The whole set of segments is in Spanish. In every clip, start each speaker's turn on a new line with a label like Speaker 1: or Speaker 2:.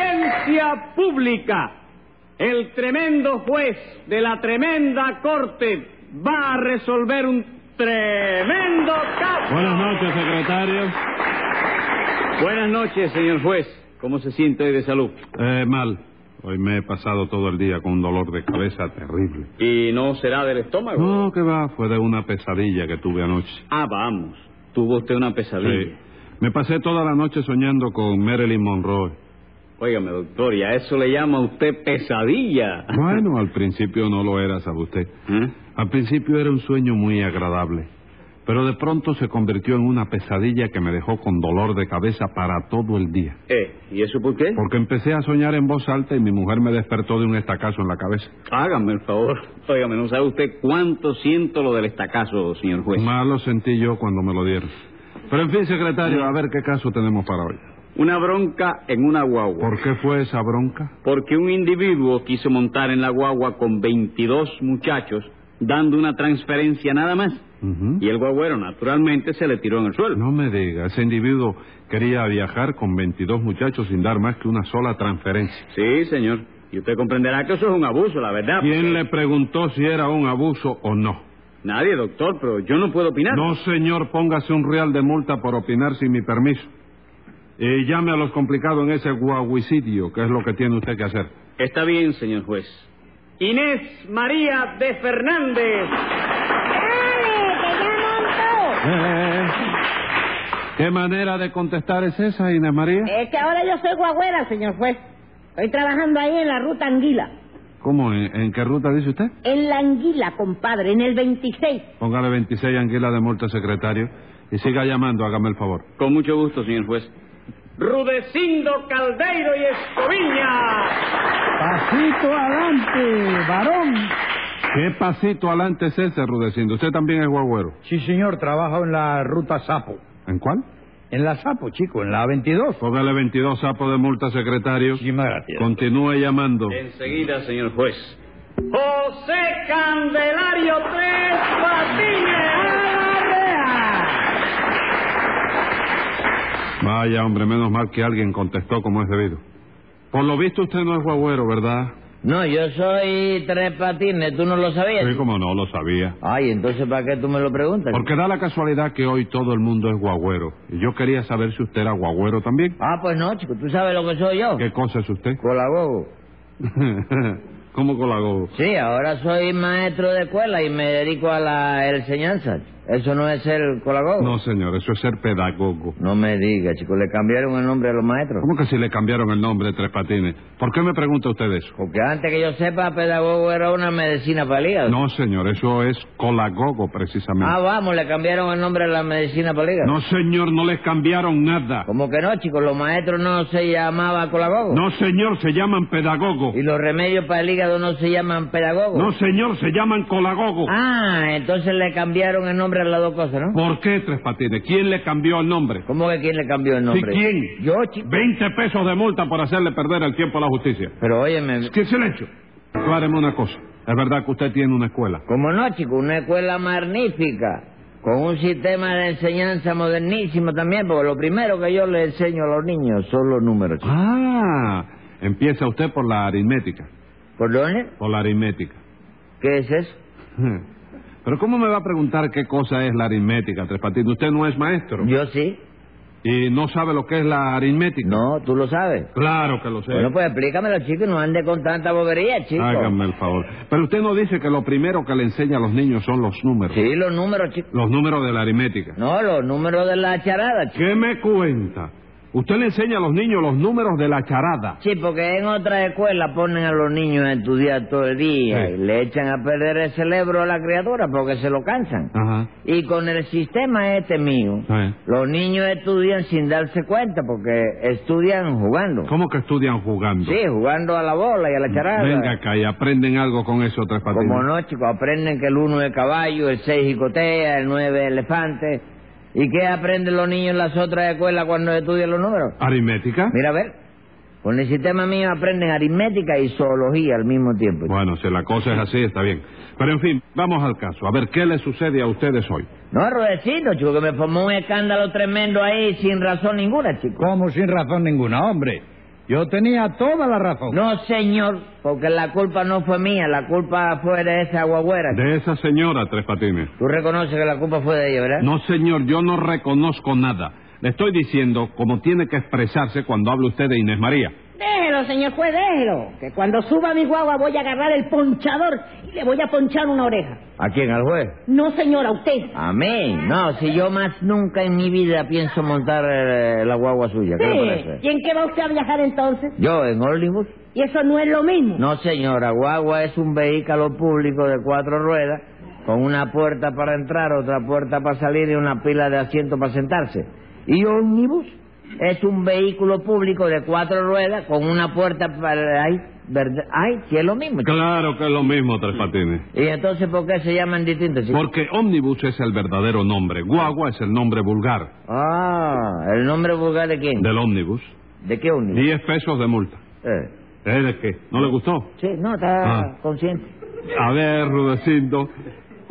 Speaker 1: audiencia pública. El tremendo juez de la tremenda corte va a resolver un tremendo caso.
Speaker 2: Buenas noches, secretario.
Speaker 1: Buenas noches, señor juez. ¿Cómo se siente hoy de salud?
Speaker 2: Eh, mal. Hoy me he pasado todo el día con un dolor de cabeza terrible.
Speaker 1: ¿Y no será del estómago?
Speaker 2: No, que va, fue de una pesadilla que tuve anoche.
Speaker 1: Ah, vamos. Tuvo usted una pesadilla.
Speaker 2: Sí. Me pasé toda la noche soñando con Marilyn Monroe.
Speaker 1: Óigame, doctor, y a eso le llama usted pesadilla.
Speaker 2: Bueno, al principio no lo era, sabe usted.
Speaker 1: ¿Eh?
Speaker 2: Al principio era un sueño muy agradable, pero de pronto se convirtió en una pesadilla que me dejó con dolor de cabeza para todo el día.
Speaker 1: Eh, ¿Y eso por qué?
Speaker 2: Porque empecé a soñar en voz alta y mi mujer me despertó de un estacazo en la cabeza.
Speaker 1: Hágame el favor. Óigame, no sabe usted cuánto siento lo del estacazo, señor juez.
Speaker 2: Más lo sentí yo cuando me lo dieron. Pero en fin, secretario, a ver qué caso tenemos para hoy.
Speaker 1: Una bronca en una guagua.
Speaker 2: ¿Por qué fue esa bronca?
Speaker 1: Porque un individuo quiso montar en la guagua con 22 muchachos, dando una transferencia nada más.
Speaker 2: Ujú.
Speaker 1: Y el guagüero, naturalmente, se le tiró en el suelo.
Speaker 2: No me diga, ese individuo quería viajar con 22 muchachos sin dar más que una sola transferencia.
Speaker 1: Sí, señor. Y usted comprenderá que eso es un abuso, la verdad.
Speaker 2: ¿Quién
Speaker 1: porque-
Speaker 2: le preguntó si era un abuso o no?
Speaker 1: Nadie, doctor, pero yo no puedo opinar.
Speaker 2: No, señor, póngase un real de multa por opinar sin mi permiso. Y llame a los complicados en ese guaguicidio, que es lo que tiene usted que hacer.
Speaker 1: Está bien, señor juez. Inés María de Fernández.
Speaker 3: ¡Ale!
Speaker 2: Eh, eh, eh. ¿Qué manera de contestar es esa, Inés María?
Speaker 3: ¡Que ya monto! Es que ahora yo soy guagüera, señor juez. Estoy trabajando ahí en la ruta Anguila.
Speaker 2: ¿Cómo? ¿En, en qué ruta dice usted?
Speaker 3: En la Anguila, compadre, en el 26.
Speaker 2: Póngale 26 anguilas de multa, secretario. Y siga llamando, hágame el favor.
Speaker 1: Con mucho gusto, señor juez. Rudecindo Caldeiro y Escoviña.
Speaker 4: Pasito adelante, varón.
Speaker 2: ¿Qué pasito adelante es ese, Rudecindo? Usted también es guagüero.
Speaker 4: Sí, señor, trabajo en la ruta Sapo.
Speaker 2: ¿En cuál?
Speaker 4: En la Sapo, chico, en la 22.
Speaker 2: Póngale 22 sapos de multa, secretario.
Speaker 4: Muchísimas gracias.
Speaker 2: Continúe llamando.
Speaker 1: Enseguida, señor juez. José Candelario Tres Patines.
Speaker 2: Vaya, hombre, menos mal que alguien contestó como es debido. Por lo visto usted no es guagüero, ¿verdad?
Speaker 5: No, yo soy tres patines, tú no lo sabías.
Speaker 2: Sí, como no, lo sabía.
Speaker 5: Ay, entonces ¿para qué tú me lo preguntas?
Speaker 2: Porque da la casualidad que hoy todo el mundo es guagüero. Y yo quería saber si usted era guagüero también.
Speaker 5: Ah, pues no, chico, tú sabes lo que soy yo.
Speaker 2: ¿Qué cosa es usted?
Speaker 5: Colabogo.
Speaker 2: ¿Cómo colago?
Speaker 5: Sí, ahora soy maestro de escuela y me dedico a la enseñanza. Eso no es ser colabogo.
Speaker 2: No, señor, eso es ser pedagogo.
Speaker 5: No me digas, chico, le cambiaron el nombre a los maestros.
Speaker 2: ¿Cómo que si le cambiaron el nombre de Tres Patines? ¿Por qué me pregunta usted eso?
Speaker 5: Porque antes que yo sepa, pedagogo era una medicina palía.
Speaker 2: No, señor, eso es colagogo, precisamente.
Speaker 5: Ah, vamos, le cambiaron el nombre a la medicina palía.
Speaker 2: No, señor, no les cambiaron nada.
Speaker 5: Como que no, chicos, los maestros no se llamaban colagogos.
Speaker 2: No, señor, se llaman pedagogos.
Speaker 5: Y los remedios para el hígado no se llaman pedagogos.
Speaker 2: No, señor, se llaman colagogos.
Speaker 5: Ah, entonces le cambiaron el nombre a las dos cosas, ¿no?
Speaker 2: ¿Por qué Tres Patines? ¿Quién le cambió el nombre?
Speaker 5: ¿Cómo que quién le cambió el
Speaker 2: ¿Sí,
Speaker 5: nombre?
Speaker 2: quién?
Speaker 5: Yo, chico.
Speaker 2: 20 pesos de multa por hacerle perder el tiempo a la justicia.
Speaker 5: Pero óyeme,
Speaker 2: ¿Qué silencio? Acláreme una cosa. Es verdad que usted tiene una escuela.
Speaker 5: como no, chico, una escuela magnífica, con un sistema de enseñanza modernísimo también, porque lo primero que yo le enseño a los niños son los números, chico.
Speaker 2: Ah, empieza usted por la aritmética.
Speaker 5: ¿Por dónde?
Speaker 2: Por la aritmética.
Speaker 5: ¿Qué es eso?
Speaker 2: Hmm. Pero ¿cómo me va a preguntar qué cosa es la aritmética, Tres Patines? Usted no es maestro.
Speaker 5: Yo sí.
Speaker 2: Y no sabe lo que es la aritmética.
Speaker 5: No, tú lo sabes.
Speaker 2: Claro que lo sé.
Speaker 5: Bueno, pues explícamelo, chico, y no ande con tanta bobería, chico.
Speaker 2: Hágame el favor. Pero usted no dice que lo primero que le enseña a los niños son los números.
Speaker 5: Sí, los números, chico.
Speaker 2: Los números de la aritmética.
Speaker 5: No, los números de la charada, chico.
Speaker 2: ¿Qué me cuenta? Usted le enseña a los niños los números de la charada.
Speaker 5: Sí, porque en otras escuelas ponen a los niños a estudiar todo el día
Speaker 2: Sí.
Speaker 5: y le echan a perder el cerebro a la criatura porque se lo cansan.
Speaker 2: Ajá.
Speaker 5: Y con el sistema este mío,
Speaker 2: Sí.
Speaker 5: los niños estudian sin darse cuenta porque estudian jugando.
Speaker 2: ¿Cómo que estudian jugando?
Speaker 5: Sí, jugando a la bola y a la charada.
Speaker 2: Venga acá y aprenden algo con eso, Tres Patines.
Speaker 5: Como no, chicos, aprenden que el uno es caballo, el seis jicotea, el nueve elefante. ¿Y qué aprenden los niños en las otras escuelas cuando estudian los números?
Speaker 2: ¿Aritmética?
Speaker 5: Mira, a ver, con el sistema mío aprenden aritmética y zoología al mismo tiempo.
Speaker 2: Bueno, si la cosa es así, está bien. Pero en fin, vamos al caso. A ver, ¿qué le sucede a ustedes hoy?
Speaker 5: No, Rodecito, chico, que me formó un escándalo tremendo ahí sin razón ninguna, chico.
Speaker 4: Como sin razón ninguna, hombre. Yo tenía toda la razón.
Speaker 5: No, señor, porque la culpa no fue mía, la culpa fue de esa guagüera.
Speaker 2: De esa señora, Tres Patines.
Speaker 5: Tú reconoces que la culpa fue de ella, ¿verdad?
Speaker 2: No, señor, yo no reconozco nada. Le estoy diciendo cómo tiene que expresarse cuando habla usted de Inés María.
Speaker 3: Déjelo, señor juez, déjelo. Que cuando suba mi guagua voy a agarrar el ponchador y le voy a ponchar una oreja.
Speaker 5: ¿A quién? ¿Al juez?
Speaker 3: No, señora, usted.
Speaker 5: A mí. No, si yo más nunca en mi vida pienso montar eh, la guagua suya. ¿Qué le
Speaker 3: Sí.
Speaker 5: parece?
Speaker 3: ¿Y en qué va usted a viajar entonces?
Speaker 5: ¿Yo en Hollywood?
Speaker 3: ¿Y eso no es lo mismo?
Speaker 5: No, señora, guagua es un vehículo público de cuatro ruedas con una puerta para entrar, otra puerta para salir y una pila de asiento para sentarse. Y ómnibus es un vehículo público de cuatro ruedas con una puerta para... Ay, verdad- ay sí es lo mismo. chico.
Speaker 2: Claro que es lo mismo, Tres Patines.
Speaker 5: ¿Y entonces por qué se llaman distintos? chico?
Speaker 2: Porque ómnibus es el verdadero nombre, guagua es el nombre vulgar
Speaker 5: Ah, ¿el nombre vulgar de quién?
Speaker 2: del ómnibus.
Speaker 5: ¿De qué ómnibus?
Speaker 2: Diez pesos de multa.
Speaker 5: Eh,
Speaker 2: ¿Eh, ¿De qué? ¿No le gustó?
Speaker 5: Sí, no, está
Speaker 2: Ah.
Speaker 5: consciente.
Speaker 2: A ver, Rudecindo,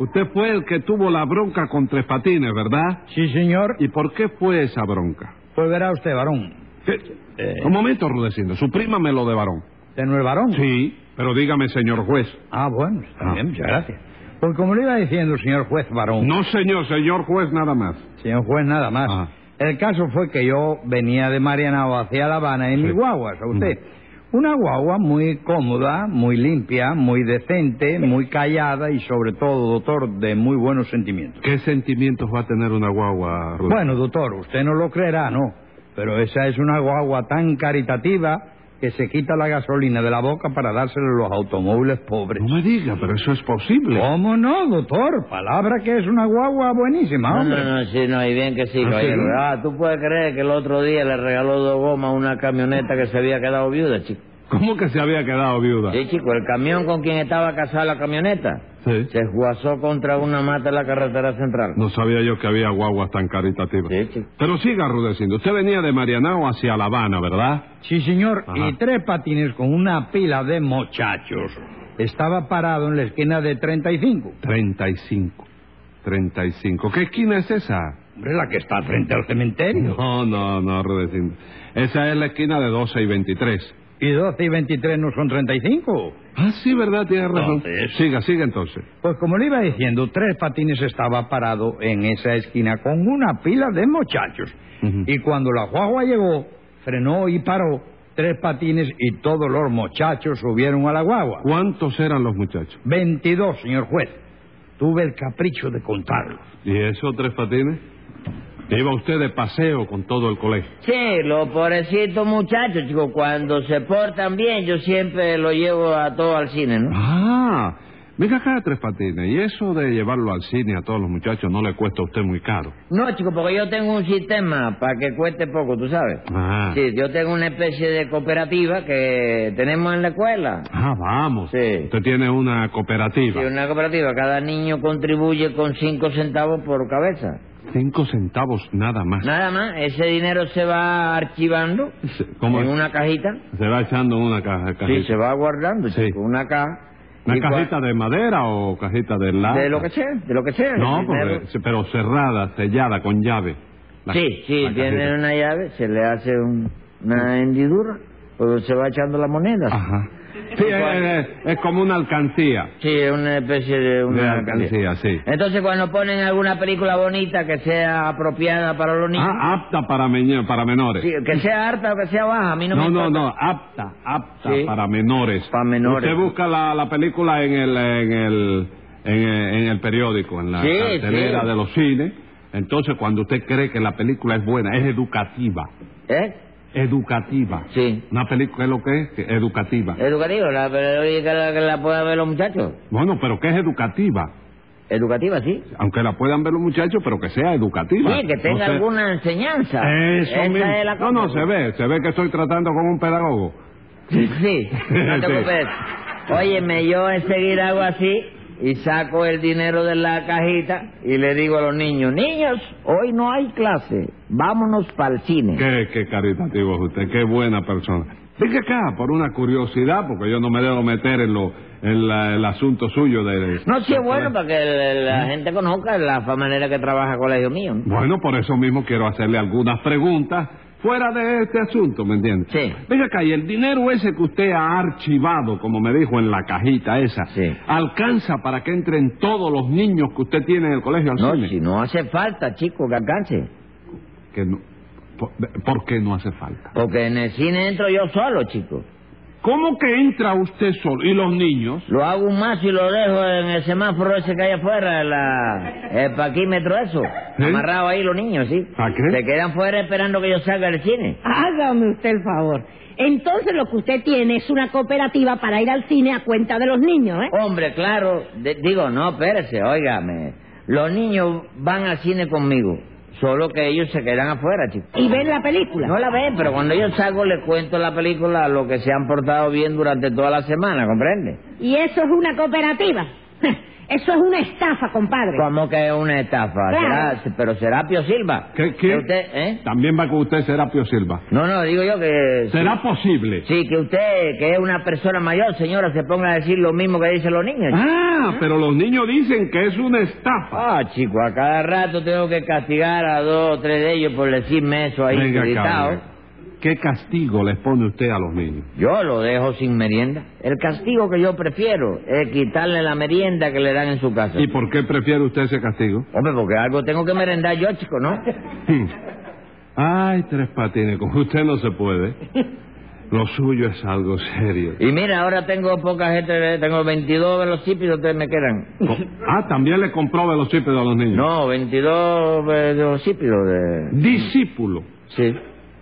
Speaker 2: usted fue el que tuvo la bronca con Tres Patines, ¿verdad?
Speaker 4: Sí, señor.
Speaker 2: ¿Y por qué fue esa bronca?
Speaker 4: Pues verá usted, varón.
Speaker 2: ¿Qué?
Speaker 4: Eh.
Speaker 2: Un momento, Rudecindo, suprímame lo de varón.
Speaker 4: ¿De nuevo el varón?
Speaker 2: Sí, pero dígame, señor juez.
Speaker 4: Ah, bueno, está
Speaker 2: Ah.
Speaker 4: bien, muchas gracias. Pues como le iba diciendo, señor juez varón.
Speaker 2: No, señor, señor juez, nada más.
Speaker 4: Señor juez, nada más.
Speaker 2: Ah.
Speaker 4: El caso fue que yo venía de Marianao hacia La Habana en
Speaker 2: Sí. Mm.
Speaker 4: mi guagua, ¿sabe usted? Una guagua muy cómoda, muy limpia, muy decente, muy callada y sobre todo, doctor, de muy buenos sentimientos.
Speaker 2: ¿Qué sentimientos va a tener una guagua, Rudecindo?
Speaker 4: Bueno, doctor, usted no lo creerá, no. Pero esa es una guagua tan caritativa que se quita la gasolina de la boca para dársela a los automóviles pobres.
Speaker 2: No me diga, pero eso es posible.
Speaker 4: ¿Cómo no, doctor? Palabra que es una guagua buenísima,
Speaker 5: No,
Speaker 4: hombre.
Speaker 5: no, no, sí, no, y bien que sí,
Speaker 2: Ah,
Speaker 5: caballero.
Speaker 2: sí.
Speaker 5: Ah, tú puedes creer que el otro día le regaló dos gomas a una camioneta que se había quedado viuda, chico.
Speaker 2: ¿Cómo que se había quedado viuda?
Speaker 5: Sí, chico, el camión con quien estaba casada la camioneta
Speaker 2: Sí.
Speaker 5: se esguazó contra una mata en la carretera central.
Speaker 2: No sabía yo que había guaguas tan caritativas.
Speaker 5: Sí, chico.
Speaker 2: Pero siga rudeciendo. Usted venía de Marianao hacia La Habana, ¿verdad?
Speaker 4: Sí, señor.
Speaker 2: Ajá.
Speaker 4: Y tres patines con una pila de muchachos. Estaba parado en la esquina de 35.
Speaker 2: 35. 35. ¿Qué esquina es esa?
Speaker 4: Hombre, la que está frente al cementerio.
Speaker 2: No, no, no, Rudecindo. Esa es la esquina de 12 y 23.
Speaker 4: ¿Y 12 y 23 no son 35?
Speaker 2: Ah, sí, ¿verdad? Tiene razón.
Speaker 4: Entonces.
Speaker 2: Siga, siga entonces.
Speaker 4: Pues como le iba diciendo, Tres Patines estaba parado en esa esquina con una pila de muchachos.
Speaker 2: Ujú.
Speaker 4: Y cuando la guagua llegó, frenó y paró, Tres Patines y todos los muchachos subieron a la guagua.
Speaker 2: ¿Cuántos eran los muchachos?
Speaker 4: 22, señor juez. Tuve el capricho de contarlos.
Speaker 2: ¿Y eso, Tres Patines? Iba usted de paseo con todo el colegio.
Speaker 5: Sí, los pobrecitos muchachos, chico, cuando se portan bien, yo siempre lo llevo a todo al cine, ¿no?
Speaker 2: Ah, venga acá, Tres Patines. ¿Y eso de llevarlo al cine a todos los muchachos no le cuesta a usted muy caro?
Speaker 5: No, chico, porque yo tengo un sistema para que cueste poco, ¿tú sabes?
Speaker 2: Ah,
Speaker 5: Sí, yo tengo una especie de cooperativa que tenemos en la escuela.
Speaker 2: Ah, vamos.
Speaker 5: Sí.
Speaker 2: Usted tiene una
Speaker 5: Sí,
Speaker 2: cooperativa.
Speaker 5: una cooperativa. Cada niño contribuye con cinco centavos por cabeza.
Speaker 2: Cinco centavos nada más.
Speaker 5: Nada más, ese dinero se va archivando
Speaker 2: Sí, ¿cómo
Speaker 5: en
Speaker 2: es?
Speaker 5: una cajita.
Speaker 2: Se va echando en una caja. cajita.
Speaker 5: Sí, se va guardando,
Speaker 2: Sí.
Speaker 5: chico, una caja.
Speaker 2: ¿Una
Speaker 5: Y cua-
Speaker 2: cajita de madera o cajita de lata?
Speaker 5: De lo que sea, de lo que sea.
Speaker 2: No,
Speaker 5: el dinero.
Speaker 2: porque- sí, pero cerrada, sellada, con llave. La-
Speaker 5: Sí, sí,
Speaker 2: la
Speaker 5: tiene
Speaker 2: cajita.
Speaker 5: una llave, se le hace un- una hendidura, pues se va echando la moneda.
Speaker 2: Ajá. Sí,
Speaker 5: ¿Y
Speaker 2: es,
Speaker 5: cuál?
Speaker 2: es- es como una alcancía.
Speaker 5: Sí, es una especie de
Speaker 2: De
Speaker 5: una
Speaker 2: alcancía, sí.
Speaker 5: Entonces, cuando ponen alguna película bonita que sea apropiada para los niños,
Speaker 2: Ah, apta para, meñe- para menores.
Speaker 5: sí, que sea harta o que sea baja, a mí no,
Speaker 2: Ah, No,
Speaker 5: me
Speaker 2: no,
Speaker 5: importa.
Speaker 2: no, apta, apta
Speaker 5: Sí.
Speaker 2: para menores.
Speaker 5: Para menores.
Speaker 2: Usted busca la, la película en el, en el, en el, en el periódico, en la
Speaker 5: Sí,
Speaker 2: cartelera
Speaker 5: sí.
Speaker 2: de los cines. Entonces, cuando usted cree que la película es buena, es educativa,
Speaker 5: ¿Eh?
Speaker 2: educativa.
Speaker 5: Sí.
Speaker 2: Una película es lo que es, que- educativa.
Speaker 5: Educativa, la, pero oye, que la, que la puedan ver los muchachos.
Speaker 2: Bueno, pero que es educativa,
Speaker 5: Educativa, sí.
Speaker 2: aunque la puedan ver los muchachos, pero que sea educativa.
Speaker 5: Sí, que tenga
Speaker 2: No sé-
Speaker 5: alguna enseñanza.
Speaker 2: Eso
Speaker 5: Esa
Speaker 2: mismo.
Speaker 5: es la
Speaker 2: No, no, se ve, se ve que estoy tratando con un pedagogo.
Speaker 5: Sí, sí, no te
Speaker 2: Sí.
Speaker 5: preocupes. Óyeme, yo enseguida hago así y saco el dinero de la cajita y le digo a los niños, niños, hoy no hay clase, vámonos para el cine.
Speaker 2: Qué, qué caritativo es usted, qué buena persona. Diga acá, por una curiosidad, porque yo no me debo meter en, lo, en la- el asunto suyo de...
Speaker 5: No, sí,
Speaker 2: de-
Speaker 5: es bueno para que el- la gente conozca la fa- manera que trabaja el colegio mío. ¿no?
Speaker 2: Bueno, por eso mismo quiero hacerle algunas preguntas fuera de este asunto, ¿me entiende?
Speaker 5: Sí.
Speaker 2: Venga acá, y el dinero ese que usted ha archivado, como me dijo en la cajita esa,
Speaker 5: Sí.
Speaker 2: ¿alcanza para que entren todos los niños que usted tiene en el colegio al
Speaker 5: No,
Speaker 2: cine?
Speaker 5: si no hace falta, chico, que alcance.
Speaker 2: Que no- por, ¿por qué no hace falta?
Speaker 5: Porque en el cine entro yo solo, chico.
Speaker 2: ¿Cómo que entra usted solo y los niños?
Speaker 5: Lo hago un mazo y lo dejo en el semáforo ese que hay afuera, la, el paquímetro eso.
Speaker 2: ¿Sí?
Speaker 5: Amarrado ahí los niños, ¿sí?
Speaker 2: ¿Ah, qué?
Speaker 5: Se quedan fuera esperando que yo salga del cine.
Speaker 3: Hágame usted el favor. Entonces lo que usted tiene es una cooperativa para ir al cine a cuenta de los niños, ¿eh?
Speaker 5: Hombre, claro, de- digo, no, espérese, óigame. Los niños van al cine conmigo, solo que ellos se quedan afuera, chico.
Speaker 3: Y ven la película.
Speaker 5: No la ven, pero cuando yo salgo les cuento la película lo que se han portado bien durante toda la semana, ¿comprende?
Speaker 3: Y eso es una cooperativa. Eso es una estafa, compadre.
Speaker 5: Como que es una estafa,
Speaker 3: Claro.
Speaker 5: será- pero Serapio Silva.
Speaker 2: ¿Qué, qué?
Speaker 5: que usted, ¿eh?
Speaker 2: También va con usted Serapio Silva.
Speaker 5: No, no, digo yo que...
Speaker 2: ¿Será posible?
Speaker 5: Sí, que usted, que es una persona mayor, señora, se ponga a decir lo mismo que dicen los niños.
Speaker 2: Ah, pero los niños dicen que es una estafa.
Speaker 5: Ah, chico, a cada rato tengo que castigar a dos o tres de ellos por decirme eso ahí
Speaker 2: Venga acá,
Speaker 5: gritado.
Speaker 2: venga. ¿Qué castigo les pone usted a los niños?
Speaker 5: Yo lo dejo sin merienda. El castigo que yo prefiero es quitarle la merienda que le dan en su casa.
Speaker 2: ¿Y por qué prefiere usted ese castigo?
Speaker 5: Hombre, porque algo tengo que merendar yo, chico, ¿no?
Speaker 2: Hmm. Ay, tres patines, con usted no se puede. Lo suyo es algo serio.
Speaker 5: Y mira, ahora tengo poca gente, tengo 22 velocípedos, ustedes me quedan.
Speaker 2: Co- Ah, también le compró velocípedo a los niños.
Speaker 5: No, 22 velocípedos de...
Speaker 2: Discípulo.
Speaker 5: Sí.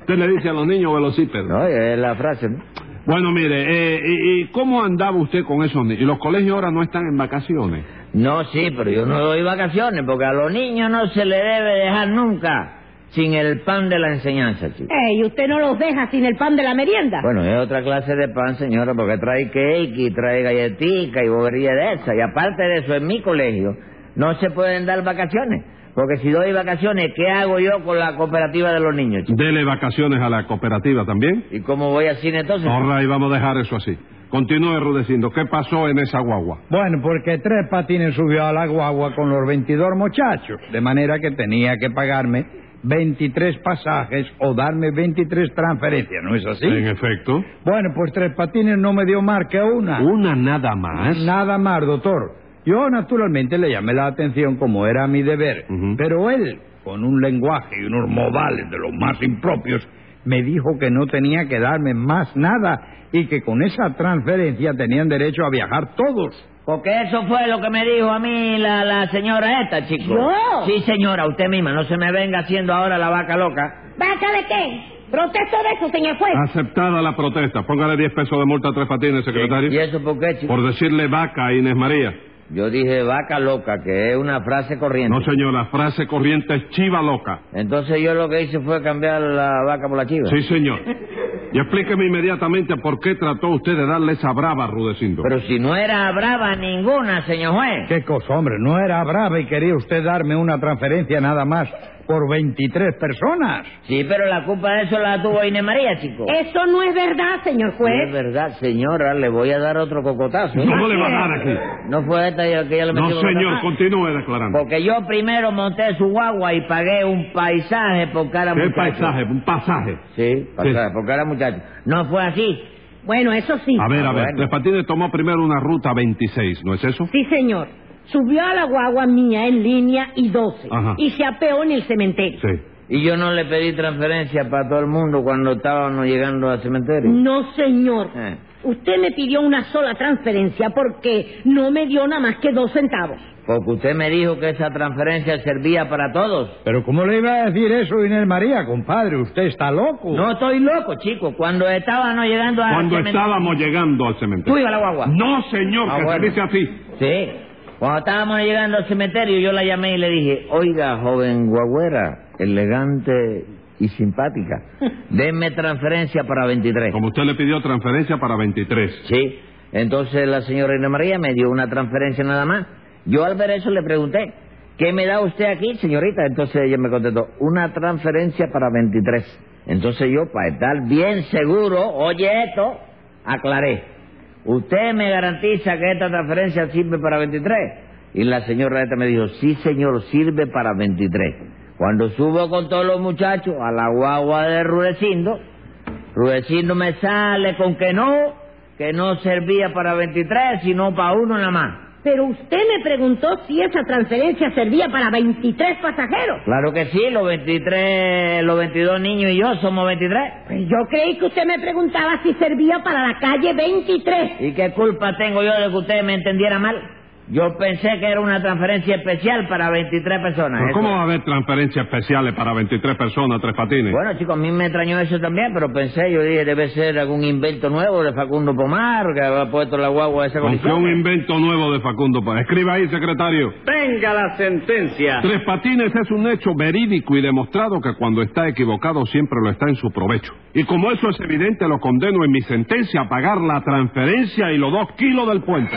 Speaker 2: Usted le dice a los niños velocípedo.
Speaker 5: No, es la frase, ¿no?
Speaker 2: Bueno, mire, eh, y, y cómo andaba usted con esos niños? ¿Y los colegios ahora no están en vacaciones?
Speaker 5: No, sí, pero yo no doy vacaciones porque a los niños no se les debe dejar nunca sin el pan de la enseñanza, chico.
Speaker 3: Ey, Eh, usted no los deja sin el pan de la merienda.
Speaker 5: Bueno, es otra clase de pan, señora, porque trae cake y trae galletica y bobería de esa. Y aparte de eso, en mi colegio no se pueden dar vacaciones. Porque si doy vacaciones, ¿qué hago yo con la cooperativa de los niños, chico?
Speaker 2: Dele vacaciones a la cooperativa también.
Speaker 5: ¿Y cómo voy al cine entonces?
Speaker 2: Ahora y vamos a dejar eso así. Continúe rudeciendo. ¿Qué pasó en esa guagua?
Speaker 4: Bueno, porque Tres Patines subió a la guagua con los 22 muchachos, de manera que tenía que pagarme 23 pasajes o darme 23 transferencias, ¿no es así?
Speaker 2: En efecto.
Speaker 4: Bueno, pues Tres Patines no me dio más que una.
Speaker 2: Una nada más.
Speaker 4: Nada más, doctor. Yo naturalmente le llamé la atención como era mi deber,
Speaker 2: Ujú.
Speaker 4: pero él, con un lenguaje y unos modales de los más impropios, me dijo que no tenía que darme más nada y que con esa transferencia tenían derecho a viajar todos.
Speaker 5: Porque eso fue lo que me dijo a mí la, la señora esta, chico.
Speaker 3: ¿Yo?
Speaker 5: Sí, señora, usted misma. No se me venga haciendo ahora la vaca loca.
Speaker 3: ¿Vaca de qué? Protesto de eso, señor juez.
Speaker 2: Ah, Aceptada la protesta. Póngale 10 pesos de multa a tres patines, secretario.
Speaker 5: ¿Y eso por qué, chico?
Speaker 2: Por decirle vaca a Inés María.
Speaker 5: Yo dije vaca loca, que es una frase corriente.
Speaker 2: No, señora, frase corriente es chiva loca.
Speaker 5: Entonces yo lo que hice fue cambiar la vaca por la chiva.
Speaker 2: Sí, señor. Y explíqueme inmediatamente por qué trató usted de darle esa brava a Rudecindo.
Speaker 5: Pero si no era brava ninguna, señor juez.
Speaker 4: Qué cosa, hombre, no era brava y quería usted darme una transferencia nada más por 23 personas.
Speaker 5: Sí, pero la culpa de eso la tuvo Inés María, chico.
Speaker 3: Eso no es verdad, señor
Speaker 5: Sí, es
Speaker 3: juez.
Speaker 5: verdad, señora, le voy a dar otro cocotazo. ¿eh?
Speaker 2: ¿Cómo le va a dar aquí?
Speaker 5: No fue esta ya que yo le metí
Speaker 2: No,
Speaker 5: cocotazo.
Speaker 2: señor, continúe declarando.
Speaker 5: Porque yo primero monté su guagua y pagué un paisaje por cada
Speaker 2: ¿Qué
Speaker 5: muchacho.
Speaker 2: paisaje? Un pasaje.
Speaker 5: Sí, paisaje por cada muchacho. No fue así.
Speaker 3: Bueno, eso sí.
Speaker 2: A ver, a
Speaker 5: Ah,
Speaker 2: ver.
Speaker 5: bueno.
Speaker 2: Tres Patines tomó primero una ruta 26, ¿no es eso?
Speaker 3: Sí, señor. Subió a la guagua mía en línea y 12.
Speaker 2: Ajá.
Speaker 3: Y se apeó en el cementerio.
Speaker 2: Sí.
Speaker 5: Y yo no le pedí transferencia para todo el mundo cuando estábamos llegando al cementerio.
Speaker 3: No, señor.
Speaker 2: Ah.
Speaker 5: Eh.
Speaker 3: Usted me pidió una sola transferencia porque no me dio nada más que dos centavos.
Speaker 5: Porque usted me dijo que esa transferencia servía para todos.
Speaker 4: Pero ¿cómo le iba a decir eso Inés María, compadre? Usted está loco.
Speaker 5: No estoy loco, chico. Cuando estábamos llegando a...
Speaker 2: Cuando estábamos llegando al
Speaker 5: Tú
Speaker 2: cementerio.
Speaker 5: ibas a la guagua.
Speaker 2: No, señor,
Speaker 5: Ah,
Speaker 2: que se
Speaker 5: bueno.
Speaker 2: dice así.
Speaker 5: Sí. Cuando estábamos llegando al cementerio, yo la llamé y le dije, oiga, joven guagüera, elegante y simpática, denme transferencia para 23.
Speaker 2: Como usted le pidió transferencia para 23.
Speaker 5: Sí. Entonces la señora Inés María me dio una transferencia nada más. Yo al ver eso le pregunté, ¿qué me da usted aquí, señorita? Entonces ella me contestó, una transferencia para 23. Entonces yo, para estar bien seguro, oye esto, aclaré. ¿Usted me garantiza que esta transferencia sirve para 23? Y la señora esta me dijo, sí, señor, sirve para 23. Cuando subo con todos los muchachos a la guagua de Rudecindo, Rudecindo me sale con que no, que no servía para 23, sino para uno nada más.
Speaker 3: Pero usted me preguntó si esa transferencia servía para 23 pasajeros.
Speaker 5: Claro que sí, los 23, los 22 niños y yo somos 23.
Speaker 3: Pues yo creí que usted me preguntaba si servía para la calle 23.
Speaker 5: ¿Y qué culpa tengo yo de que usted me entendiera mal? Yo pensé que era una transferencia especial para 23 personas.
Speaker 2: Pero
Speaker 5: Eso-
Speaker 2: ¿Cómo va a haber transferencias especiales para 23 personas, tres patines?
Speaker 5: Bueno, chicos, a mí me extrañó eso también, pero pensé, yo dije, debe ser algún invento nuevo de Facundo Pomar, que había puesto la guagua de esa
Speaker 2: Con que
Speaker 5: condición.
Speaker 2: un invento nuevo de Facundo Paz. Escriba ahí, secretario.
Speaker 1: Venga la sentencia.
Speaker 2: Tres Patines es un hecho verídico y demostrado que cuando está equivocado siempre lo está en su provecho. Y como eso es evidente, lo condeno en mi sentencia a pagar la transferencia y los dos kilos del puente.